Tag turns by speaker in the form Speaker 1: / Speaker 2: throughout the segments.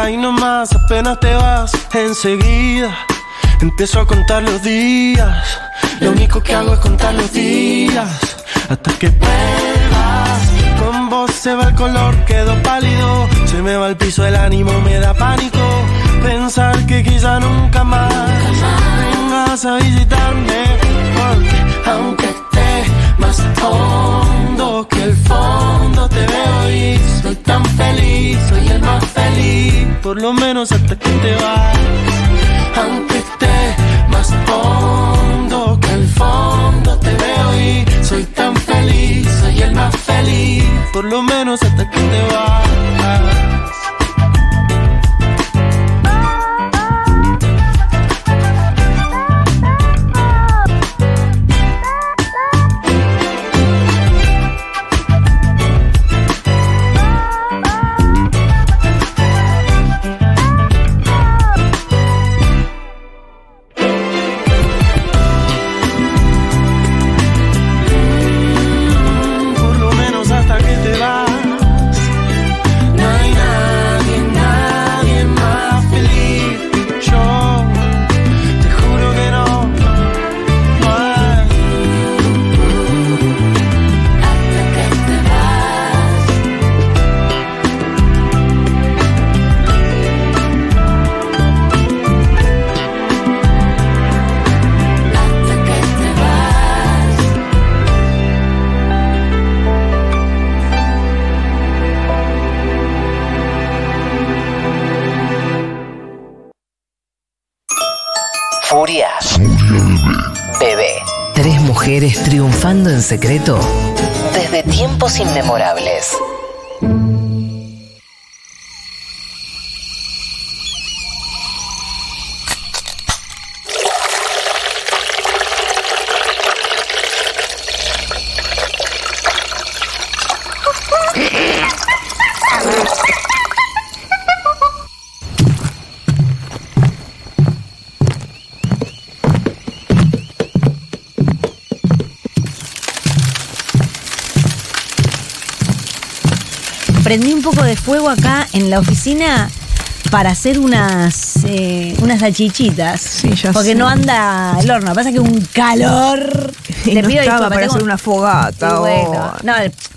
Speaker 1: ahí nomás apenas te vas enseguida. Empiezo a contar los días. Lo único que hago es contar los días. Hasta que vuelvas. Con vos se va el color, quedo pálido. Se me va el piso, el ánimo me da pánico. Pensar que quizá nunca más vengas a visitarme. Porque aunque esté más hondo que el fondo, te veo y soy tan feliz. Soy el más feliz, por lo menos hasta que te vas aunque esté más hondo que el fondo te veo y soy tan feliz, soy el más feliz, por lo menos hasta que te vas.
Speaker 2: mujeres triunfando en secreto desde tiempos inmemorables.
Speaker 3: prendí un poco de fuego acá en la oficina para hacer unas eh, unas salchichitas.
Speaker 4: Sí, ya
Speaker 3: Porque
Speaker 4: sé.
Speaker 3: no anda el horno, pasa que un calor.
Speaker 4: Y
Speaker 3: Te
Speaker 4: no
Speaker 3: pido disculpas,
Speaker 4: estaba para
Speaker 3: tengo-
Speaker 4: hacer una fogata.
Speaker 3: Y bueno,
Speaker 4: oh.
Speaker 3: no,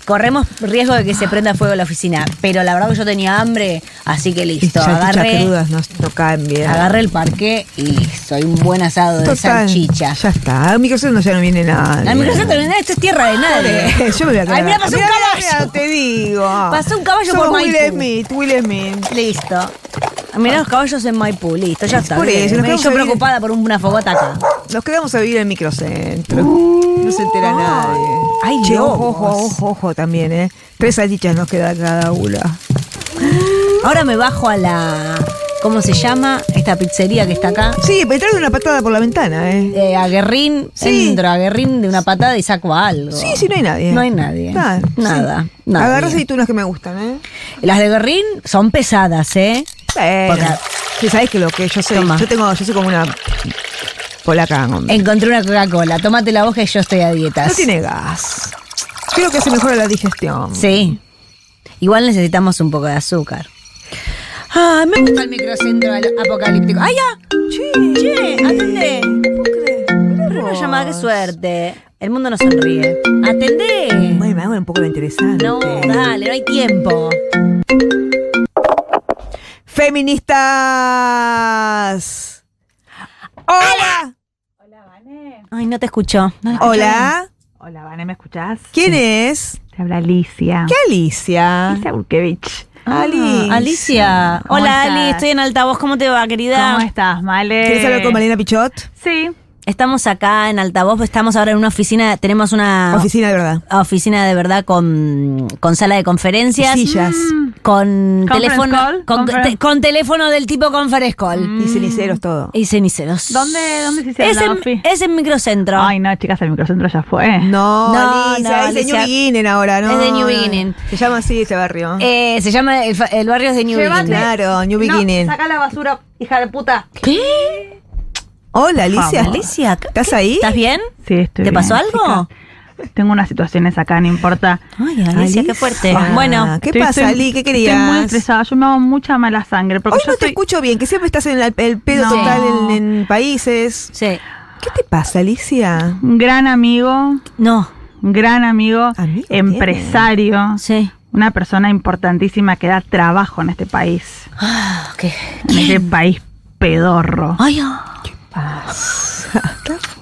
Speaker 3: corremos riesgo de que se prenda fuego la oficina, pero la verdad que yo tenía hambre, así que
Speaker 4: Y
Speaker 3: listo,
Speaker 4: salchichas
Speaker 3: agarré,
Speaker 4: crudas no, no caen bien.
Speaker 3: agarré el parqué y listo, hay un buen asado de
Speaker 4: Total,
Speaker 3: salchicha. Ah,
Speaker 4: Ya está. A Microcentro ya no viene nada.
Speaker 3: La microsoft esto es tierra de nadie.
Speaker 4: Yo me voy a quedar.
Speaker 3: Ay, mira, pasó un
Speaker 4: Mirá,
Speaker 3: caballo.
Speaker 4: mirá, te digo.
Speaker 3: Pasó un caballo
Speaker 4: Somos
Speaker 3: por
Speaker 4: Will
Speaker 3: Maipú.
Speaker 4: Smith, Will Smith.
Speaker 3: Listo. Ah, Mirá los caballos en Maipú, listo, ya está.
Speaker 4: Por
Speaker 3: bien.
Speaker 4: eso, nos
Speaker 3: Me-
Speaker 4: quedamos
Speaker 3: yo
Speaker 4: a vivir-
Speaker 3: preocupada por una fogata acá.
Speaker 4: Nos quedamos a vivir en microcentro. no se entera nadie.
Speaker 3: Uh, Ay,
Speaker 4: che,
Speaker 3: lobos.
Speaker 4: ojo, ojo, ojo, ojo también, ¿eh? Tres salchichas nos queda cada una.
Speaker 3: Ahora me bajo a la. ¿Cómo se llama? Esta pizzería que está acá.
Speaker 4: Sí, me trae una patada por la ventana, ¿eh?
Speaker 3: Eh, a Guerrín,
Speaker 4: Sí.
Speaker 3: entro a Guerrín de una patada y saco algo.
Speaker 4: Sí, sí, no hay nadie.
Speaker 3: No hay nadie.
Speaker 4: Nada.
Speaker 3: Nada,
Speaker 4: sí.
Speaker 3: nadie.
Speaker 4: Agarrás aceitunas que me gustan, ¿eh?
Speaker 3: Las de Guerrín son pesadas, ¿eh?
Speaker 4: Bueno,
Speaker 3: Porque-
Speaker 4: sí, sabés que lo que yo soy,
Speaker 3: Toma.
Speaker 4: yo tengo, yo soy como una polaca. hombre.
Speaker 3: Encontré una Coca-Cola. Tómate la hoja y yo estoy a dietas.
Speaker 4: No tiene gas. Creo que se mejora la digestión.
Speaker 3: Sí. Igual necesitamos un poco de azúcar. Ah, me gusta el microcentro al- apocalíptico. ¡Ay, ya! Che, atendé. Pero una llamada, qué suerte. El mundo nos sonríe. ¡Atendé!
Speaker 4: Bueno, me hago un poco lo interesante.
Speaker 3: No, dale, no hay tiempo.
Speaker 4: Feministas. Hola.
Speaker 3: Ay, no te escuchó. No la escuchó.
Speaker 4: Hola.
Speaker 5: Hola, Vane, ¿me escuchás?
Speaker 4: ¿Quién es?
Speaker 5: Te habla Alicia.
Speaker 4: ¿Qué Alicia?
Speaker 5: Alicia Burkevich.
Speaker 3: Ah,
Speaker 4: Alicia.
Speaker 3: Alicia.
Speaker 5: ¿Cómo
Speaker 3: Hola,
Speaker 5: estás?
Speaker 3: Ali, estoy en altavoz. ¿Cómo te va, querida?
Speaker 5: ¿Cómo estás, Male?
Speaker 4: ¿Quieres hablar con Malena Pichot?
Speaker 5: Sí.
Speaker 3: Estamos acá en altavoz, estamos ahora en una oficina, tenemos una
Speaker 4: Oficina de verdad.
Speaker 3: oficina de verdad con, con sala de conferencias.
Speaker 4: Sillas.
Speaker 3: Con
Speaker 5: Conference
Speaker 3: teléfono.
Speaker 5: call,
Speaker 3: Con,
Speaker 5: conference- Mm.
Speaker 3: te- con teléfono del tipo conference call.
Speaker 4: Y ceniceros todo.
Speaker 3: Y ceniceros.
Speaker 5: ¿Dónde- dónde se hicieron
Speaker 3: es
Speaker 5: la
Speaker 3: en,
Speaker 5: ofi?
Speaker 3: es en microcentro.
Speaker 5: Ay, no, chicas, el microcentro ya fue.
Speaker 4: No,
Speaker 3: No,
Speaker 4: Alicia,
Speaker 3: no,
Speaker 4: es de New
Speaker 3: Alicia.
Speaker 4: Beginning ahora, ¿no?
Speaker 3: Es de New Beginning.
Speaker 4: Se llama así ese barrio.
Speaker 3: Eh, se llama el, fa- el barrio es de New
Speaker 5: Llévate-
Speaker 3: Beginning.
Speaker 4: Claro, New Beginning.
Speaker 5: No, saca la basura, hija de puta.
Speaker 3: ¿Qué?
Speaker 4: Hola, Alicia.
Speaker 5: Vamos.
Speaker 3: Alicia, ¿qué-
Speaker 4: ¿Estás
Speaker 3: qué-
Speaker 4: ahí?
Speaker 3: ¿Estás bien?
Speaker 5: Sí, estoy
Speaker 3: ¿Te
Speaker 5: bien,
Speaker 3: pasó algo?
Speaker 5: chica. Tengo unas situaciones acá, no importa.
Speaker 3: Ay, Alicia, qué fuerte.
Speaker 4: Ah,
Speaker 3: Bueno,
Speaker 4: ¿qué
Speaker 5: Estoy-
Speaker 4: pasa,
Speaker 5: estoy-
Speaker 4: Ali? ¿Qué
Speaker 5: Estoy muy
Speaker 4: querías?
Speaker 5: estresada, yo me hago mucha mala sangre. Porque
Speaker 4: Hoy
Speaker 5: yo
Speaker 4: no te
Speaker 5: estoy-
Speaker 4: escucho bien, que siempre estás en la- el pedo
Speaker 5: No.
Speaker 4: total en, en países.
Speaker 3: sí.
Speaker 4: ¿Qué te pasa, Alicia?
Speaker 5: Un gran amigo,
Speaker 3: No,
Speaker 5: un gran amigo,
Speaker 4: Amigo
Speaker 5: empresario,
Speaker 3: sí.
Speaker 5: una persona importantísima que da trabajo en este país.
Speaker 3: Ah, qué.
Speaker 5: En este país pedorro.
Speaker 3: Ay, ah.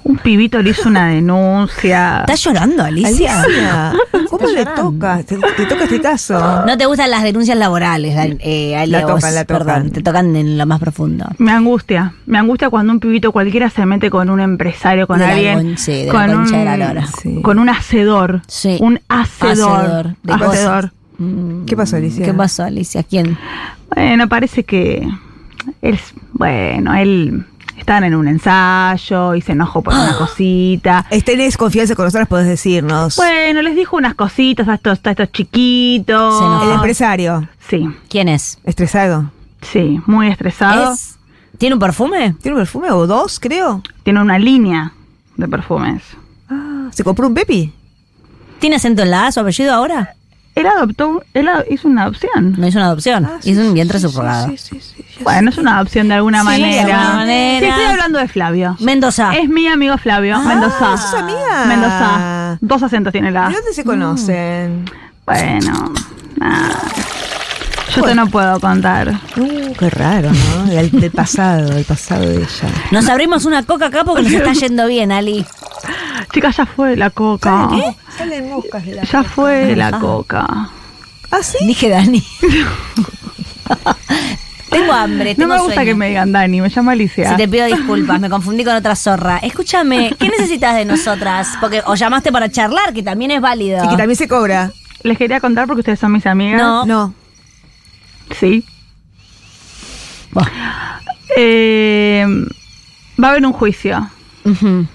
Speaker 5: Un pibito le hizo una denuncia.
Speaker 3: ¿Estás llorando, Alicia?
Speaker 4: Alicia, ¿cómo le
Speaker 3: Está llorando.
Speaker 4: toca? ¿Te, te toca este caso?
Speaker 3: No te gustan las denuncias laborales, Dan- eh, Ali,
Speaker 4: La
Speaker 3: a vos,
Speaker 4: tocan, la tocan.
Speaker 3: perdón, te tocan en lo más profundo.
Speaker 5: Me angustia, me angustia cuando un pibito cualquiera se mete con un empresario, con
Speaker 3: De la
Speaker 5: alguien,
Speaker 3: gon- sí, de la
Speaker 5: con,
Speaker 3: concha
Speaker 5: un,
Speaker 3: de la lora.
Speaker 4: Sí.
Speaker 5: con un hacedor,
Speaker 3: Sí.
Speaker 5: un hacedor,
Speaker 3: Hacedor de
Speaker 5: hacedor.
Speaker 3: Mm,
Speaker 4: ¿Qué pasó, Alicia?
Speaker 3: ¿Qué pasó, Alicia? ¿Quién?
Speaker 5: Bueno, parece que él, bueno, él estaban en un ensayo y se enojó por una cosita.
Speaker 4: Eh, Tenés confianza con nosotras, podés decirnos.
Speaker 5: Bueno, les dijo unas cositas a estos, a estos chiquitos.
Speaker 3: Se
Speaker 4: El
Speaker 3: enojó.
Speaker 4: empresario,
Speaker 5: Sí,
Speaker 3: ¿Quién es?
Speaker 4: estresado.
Speaker 5: sí, muy estresado.
Speaker 3: ¿Es? ¿Tiene un perfume?
Speaker 4: ¿Tiene un perfume o dos, creo?
Speaker 5: Tiene una línea de perfumes.
Speaker 4: Ah, ¿Se compró un Pepi?
Speaker 3: ¿Tiene acento en la A su apellido ahora?
Speaker 5: Él adoptó, él ado- hizo una adopción.
Speaker 3: No hizo una adopción,
Speaker 4: Ah, sí,
Speaker 3: hizo un vientre
Speaker 4: sí, sí,
Speaker 3: subrogado.
Speaker 4: sí, sí, sí, ya
Speaker 5: Bueno, es una opción de alguna
Speaker 3: Sí,
Speaker 5: manera.
Speaker 3: de alguna manera.
Speaker 5: Sí, estoy hablando de Flavio.
Speaker 3: Mendoza. Ah,
Speaker 5: Es mi amigo Flavio, Mendoza.
Speaker 4: ¿sos amiga?
Speaker 5: Mendoza. Dos acentos tiene la.
Speaker 4: ¿De dónde se conocen?
Speaker 5: Bueno, nada. Yo te no puedo contar.
Speaker 4: Uh, qué raro, ¿no? Del, del pasado, del pasado de ella.
Speaker 3: Nos abrimos una coca acá porque nos está yendo bien, Ali.
Speaker 5: Chicas, ya fue la
Speaker 4: Ah.
Speaker 5: coca.
Speaker 4: Salen moscas de la.
Speaker 5: Ya fue la coca.
Speaker 4: ¿Ah, sí?
Speaker 3: Dije Dani. tengo hambre,
Speaker 5: No
Speaker 3: Eh, tengo
Speaker 5: me gusta
Speaker 3: sueño.
Speaker 5: que me digan Dani, me llamo Alicia.
Speaker 3: Si te pido disculpas, me confundí con otra zorra. Escúchame, ¿qué necesitas de nosotras? Porque o llamaste para charlar, que también es válido.
Speaker 4: Y que también se cobra.
Speaker 5: Les quería contar porque ustedes son mis amigas.
Speaker 3: No.
Speaker 4: No.
Speaker 5: Sí. Eh, va a haber un juicio.
Speaker 3: Ujú.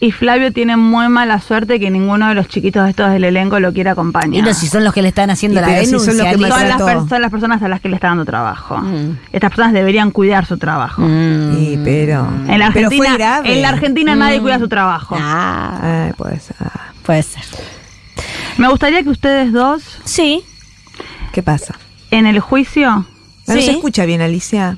Speaker 5: Y Flavio tiene muy mala suerte que ninguno de los chiquitos estos del elenco lo quiera acompañar.
Speaker 3: Y no, si son los que le están haciendo
Speaker 4: Y
Speaker 3: la
Speaker 4: pero si son
Speaker 3: denuncia.
Speaker 4: los que
Speaker 3: digo.
Speaker 5: son, las
Speaker 4: maltrató.
Speaker 5: per- son las personas a las que le está dando trabajo.
Speaker 3: Mm.
Speaker 5: Estas personas deberían cuidar su trabajo.
Speaker 3: Mm.
Speaker 4: Sí, pero.
Speaker 5: En la
Speaker 4: pero fue
Speaker 5: Argentina,
Speaker 4: grave.
Speaker 5: en la Argentina nadie cuida su trabajo.
Speaker 3: Ah,
Speaker 4: Ay, pues. ah,
Speaker 3: puede ser.
Speaker 5: Me gustaría que ustedes dos,
Speaker 3: Sí.
Speaker 4: ¿Qué pasa?
Speaker 5: en el juicio,
Speaker 4: No
Speaker 3: Sí.
Speaker 4: se escucha bien, Alicia.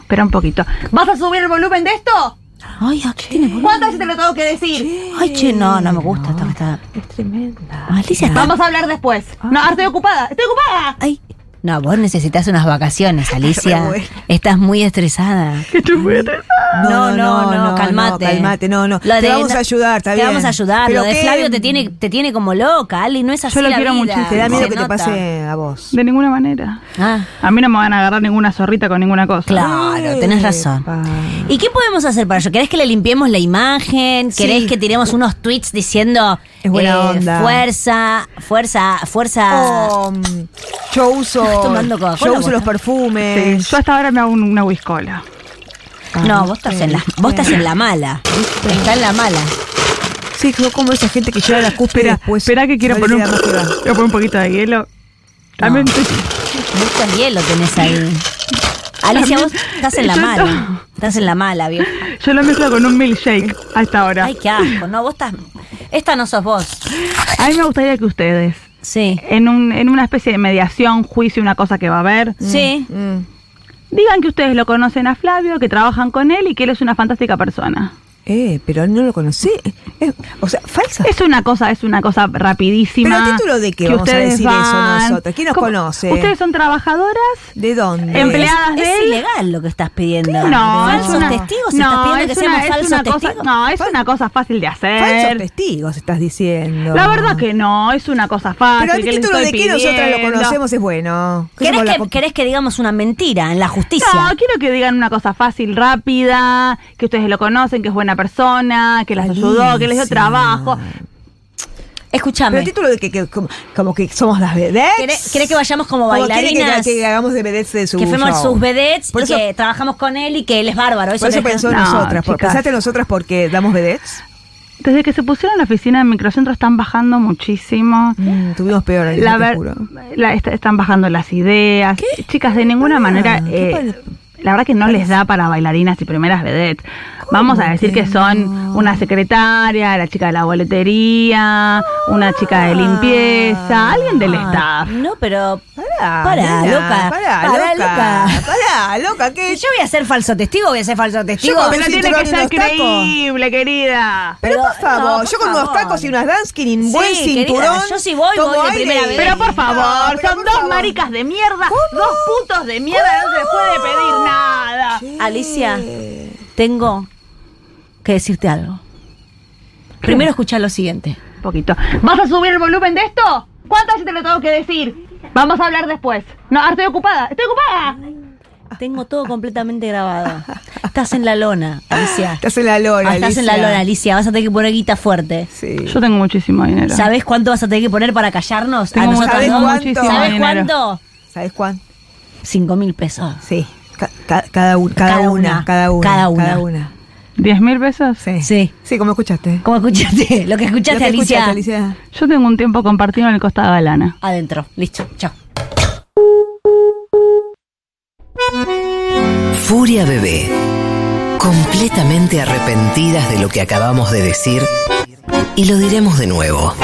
Speaker 5: espera un poquito. ¿Vas a subir el volumen de esto?
Speaker 3: Ay, ¿a qué tiene bol-
Speaker 5: ¿Cuántas veces te lo tengo que decir?
Speaker 3: Ay, che, no, no me gusta esto que está.
Speaker 4: Es tremenda.
Speaker 3: Alicia está. Ah.
Speaker 5: Vamos a hablar después. No, ahora estoy ocupada. ¡Estoy ocupada!
Speaker 3: Ay. No, vos necesitas unas vacaciones, Alicia.
Speaker 4: Re bueno.
Speaker 3: Estás muy estresada.
Speaker 5: Estoy muy estresada.
Speaker 3: No, no, no, calmate.
Speaker 4: No, calmate, no, no.
Speaker 3: Lo
Speaker 4: te
Speaker 3: de-
Speaker 4: vamos a ayudar, está
Speaker 3: te
Speaker 4: bien.
Speaker 3: vamos a ayudar.
Speaker 4: Pero
Speaker 3: lo de
Speaker 4: qué-
Speaker 3: Flavio te tiene, te tiene como loca, Ali, no es así
Speaker 5: lo
Speaker 3: la
Speaker 5: quiero
Speaker 3: vida.
Speaker 5: muchísimo.
Speaker 4: Te da miedo
Speaker 3: se
Speaker 4: que te
Speaker 3: nota.
Speaker 4: pase a vos.
Speaker 5: De ninguna manera.
Speaker 3: Ah,
Speaker 5: A mí no me van a agarrar ninguna zorrita con ninguna cosa.
Speaker 3: claro, tenés razón.
Speaker 4: Epa.
Speaker 3: ¿Y qué podemos hacer para ello? ¿Querés que le limpiemos la imagen? ¿Querés
Speaker 4: Sí.
Speaker 3: que tiremos unos tweets diciendo eh,
Speaker 4: Es buena onda.
Speaker 3: fuerza, fuerza, fuerza?
Speaker 4: Oh, yo uso.
Speaker 3: tomando Coca-Cola,
Speaker 4: Yo
Speaker 3: vos
Speaker 4: uso los
Speaker 3: estás.
Speaker 5: Sí,
Speaker 4: perfumes.
Speaker 5: yo hasta ahora me hago un- una whiskola.
Speaker 3: no, vos estás, en la, vos estás en la mala. Está en la mala.
Speaker 4: Sí, yo como esa gente que lleva la cúspide
Speaker 5: Espera,
Speaker 4: después.
Speaker 5: espera que quiero
Speaker 4: pues, no le
Speaker 5: poner, un,
Speaker 4: queda más que va.
Speaker 5: quiero poner un poquito de hielo. También
Speaker 3: Mucho hielo tenés ahí. Alicia, vos estás en la
Speaker 5: Yo
Speaker 3: mala.
Speaker 5: no.
Speaker 3: Estás en la mala, viejo.
Speaker 5: yo lo mezclo con un milkshake a esta hora.
Speaker 3: Ay, qué asco. No, vos estás. Esta no sos vos.
Speaker 5: A mí me gustaría que ustedes,
Speaker 3: Sí.
Speaker 5: en, un- en una especie de mediación, juicio, una cosa que va a haber,
Speaker 3: Sí.
Speaker 4: Mm.
Speaker 5: digan que ustedes lo conocen a Flavio, que trabajan con él y que él es una fantástica persona.
Speaker 4: Eh, pero no lo conocí. Eh, o sea, falsa.
Speaker 5: Es una cosa, es una cosa rapidísima.
Speaker 4: Pero a título de qué vamos a
Speaker 5: ustedes
Speaker 4: decir eso nosotras, ¿quién nos
Speaker 5: ¿Cómo?
Speaker 4: conoce?
Speaker 5: Ustedes son trabajadoras.
Speaker 4: ¿De dónde?
Speaker 5: Empleada.
Speaker 3: Es,
Speaker 5: ¿Hablas de
Speaker 3: es
Speaker 5: él?
Speaker 3: ilegal lo que estás pidiendo.
Speaker 5: No, es
Speaker 3: falsos
Speaker 5: una-
Speaker 3: testigos.
Speaker 5: no,
Speaker 3: ¿Estás pidiendo
Speaker 5: es
Speaker 3: que
Speaker 5: una-
Speaker 3: seamos
Speaker 5: es
Speaker 3: falsos
Speaker 5: una cosa-
Speaker 3: testigos?
Speaker 5: No, es una cosa fácil de
Speaker 4: Falsos
Speaker 5: hacer.
Speaker 4: testigos, estás diciendo.
Speaker 5: La verdad que no, es una cosa fácil.
Speaker 4: Pero a
Speaker 5: que les
Speaker 4: título
Speaker 5: estoy
Speaker 4: de que nosotras lo
Speaker 5: pidiendo.
Speaker 4: conocemos es bueno. Que somos
Speaker 3: ¿Querés,
Speaker 4: la
Speaker 3: que,
Speaker 4: co-
Speaker 3: querés que digamos una mentira en la justicia?
Speaker 5: No, quiero que digan una cosa fácil, rápida, que ustedes lo conocen, que es buena persona, que las ayudó, que les dio
Speaker 4: Alicia.
Speaker 5: trabajo.
Speaker 4: Pero
Speaker 3: Escúchame.
Speaker 4: a título de que, que- como, como que somos las vedettes.
Speaker 3: ¿Querés, querés que vayamos como
Speaker 4: Como quiere
Speaker 3: bailarinas?
Speaker 4: Que, que hagamos de vedettes de su
Speaker 3: que fuimos
Speaker 4: show.
Speaker 3: sus vedettes
Speaker 4: Por
Speaker 3: y
Speaker 4: eso,
Speaker 3: que trabajamos con él y que él es bárbaro. Eso
Speaker 4: por eso
Speaker 3: querés que-
Speaker 4: pensó en
Speaker 5: No,
Speaker 4: nosotras. por-
Speaker 5: chicas.
Speaker 4: ¿Pensaste en nosotras porque damos vedettes?
Speaker 5: Desde que se pusieron la oficina en microcentro están bajando muchísimo.
Speaker 4: Mm, tuvimos peor, ahí,
Speaker 5: La
Speaker 4: te
Speaker 5: ver-
Speaker 4: juro.
Speaker 5: la- est- están bajando las ideas. Chicas, de ninguna
Speaker 4: Ah,
Speaker 5: manera
Speaker 4: ¿qué
Speaker 5: eh,
Speaker 4: pasa?
Speaker 5: la verdad que no les da para bailarinas y primeras vedettes. Vamos a decir que son una secretaria, la chica de la boletería, una chica
Speaker 4: Ah.
Speaker 5: de limpieza, alguien del staff.
Speaker 3: Ah, No, pero. Para,
Speaker 4: nena,
Speaker 3: loca.
Speaker 4: Pará,
Speaker 3: Pará,
Speaker 4: loca.
Speaker 3: loca.
Speaker 4: Pará, loca,
Speaker 3: Si
Speaker 4: que
Speaker 3: yo voy a ser falso testigo, voy a ser falso testigo.
Speaker 4: con
Speaker 5: Pero
Speaker 4: el
Speaker 5: tiene que
Speaker 4: cinturón y
Speaker 5: ser
Speaker 4: los tacos.
Speaker 5: creíble, querida.
Speaker 4: Pero por
Speaker 3: no,
Speaker 4: favor,
Speaker 3: por
Speaker 4: yo con unos
Speaker 3: favor.
Speaker 4: tacos y unas danskin y un
Speaker 3: Sí,
Speaker 4: buen
Speaker 3: querida,
Speaker 4: cinturón.
Speaker 3: yo sí voy,
Speaker 4: tomo
Speaker 3: voy de
Speaker 4: aire.
Speaker 3: primera vez.
Speaker 5: Pero por favor,
Speaker 4: No, pero
Speaker 5: son
Speaker 4: por
Speaker 5: dos
Speaker 4: favor.
Speaker 5: maricas de mierda, dos putos de mierda, no se les puede pedir nada.
Speaker 3: Alicia, tengo que decirte algo. Primero escuchar lo siguiente.
Speaker 5: Un poquito. ¿Vas a subir el volumen de esto? ¿Cuántas veces te lo tengo que decir? Vamos a hablar después. No, ahora estoy ocupada, estoy ocupada.
Speaker 3: Tengo todo completamente grabado. Estás en la lona, Alicia.
Speaker 4: Estás en la lona,
Speaker 3: Ah, Estás en la
Speaker 4: Alicia.
Speaker 3: lona, Alicia. Vas a tener que poner guita fuerte.
Speaker 4: Sí.
Speaker 5: Yo tengo muchísimo dinero.
Speaker 3: ¿Sabes cuánto vas a tener que poner para callarnos? Ah,
Speaker 5: Tengo
Speaker 3: a nosotras
Speaker 4: ¿Sabes
Speaker 3: dos?
Speaker 4: cuánto?
Speaker 3: ¿Sabes
Speaker 5: dinero.
Speaker 3: cuánto?
Speaker 4: ¿Sabes cuán?
Speaker 3: Cinco mil pesos.
Speaker 4: Sí. Ca- ca- cada, un- cada,
Speaker 3: Cada
Speaker 4: una,
Speaker 3: una,
Speaker 4: cada una.
Speaker 3: cada una.
Speaker 5: ¿Diez mil pesos?
Speaker 4: Sí.
Speaker 3: Sí.
Speaker 4: Sí, como escuchaste.
Speaker 3: ¿Cómo escuchaste? Lo que escuchaste,
Speaker 4: Lo que
Speaker 3: Alicia.
Speaker 4: escuchaste, Alicia.
Speaker 5: Yo tengo un tiempo compartido en el costado de lana.
Speaker 3: Adentro. Listo. Chao.
Speaker 2: Furia Bebé. Completamente arrepentidas de lo que acabamos de decir y lo diremos de nuevo.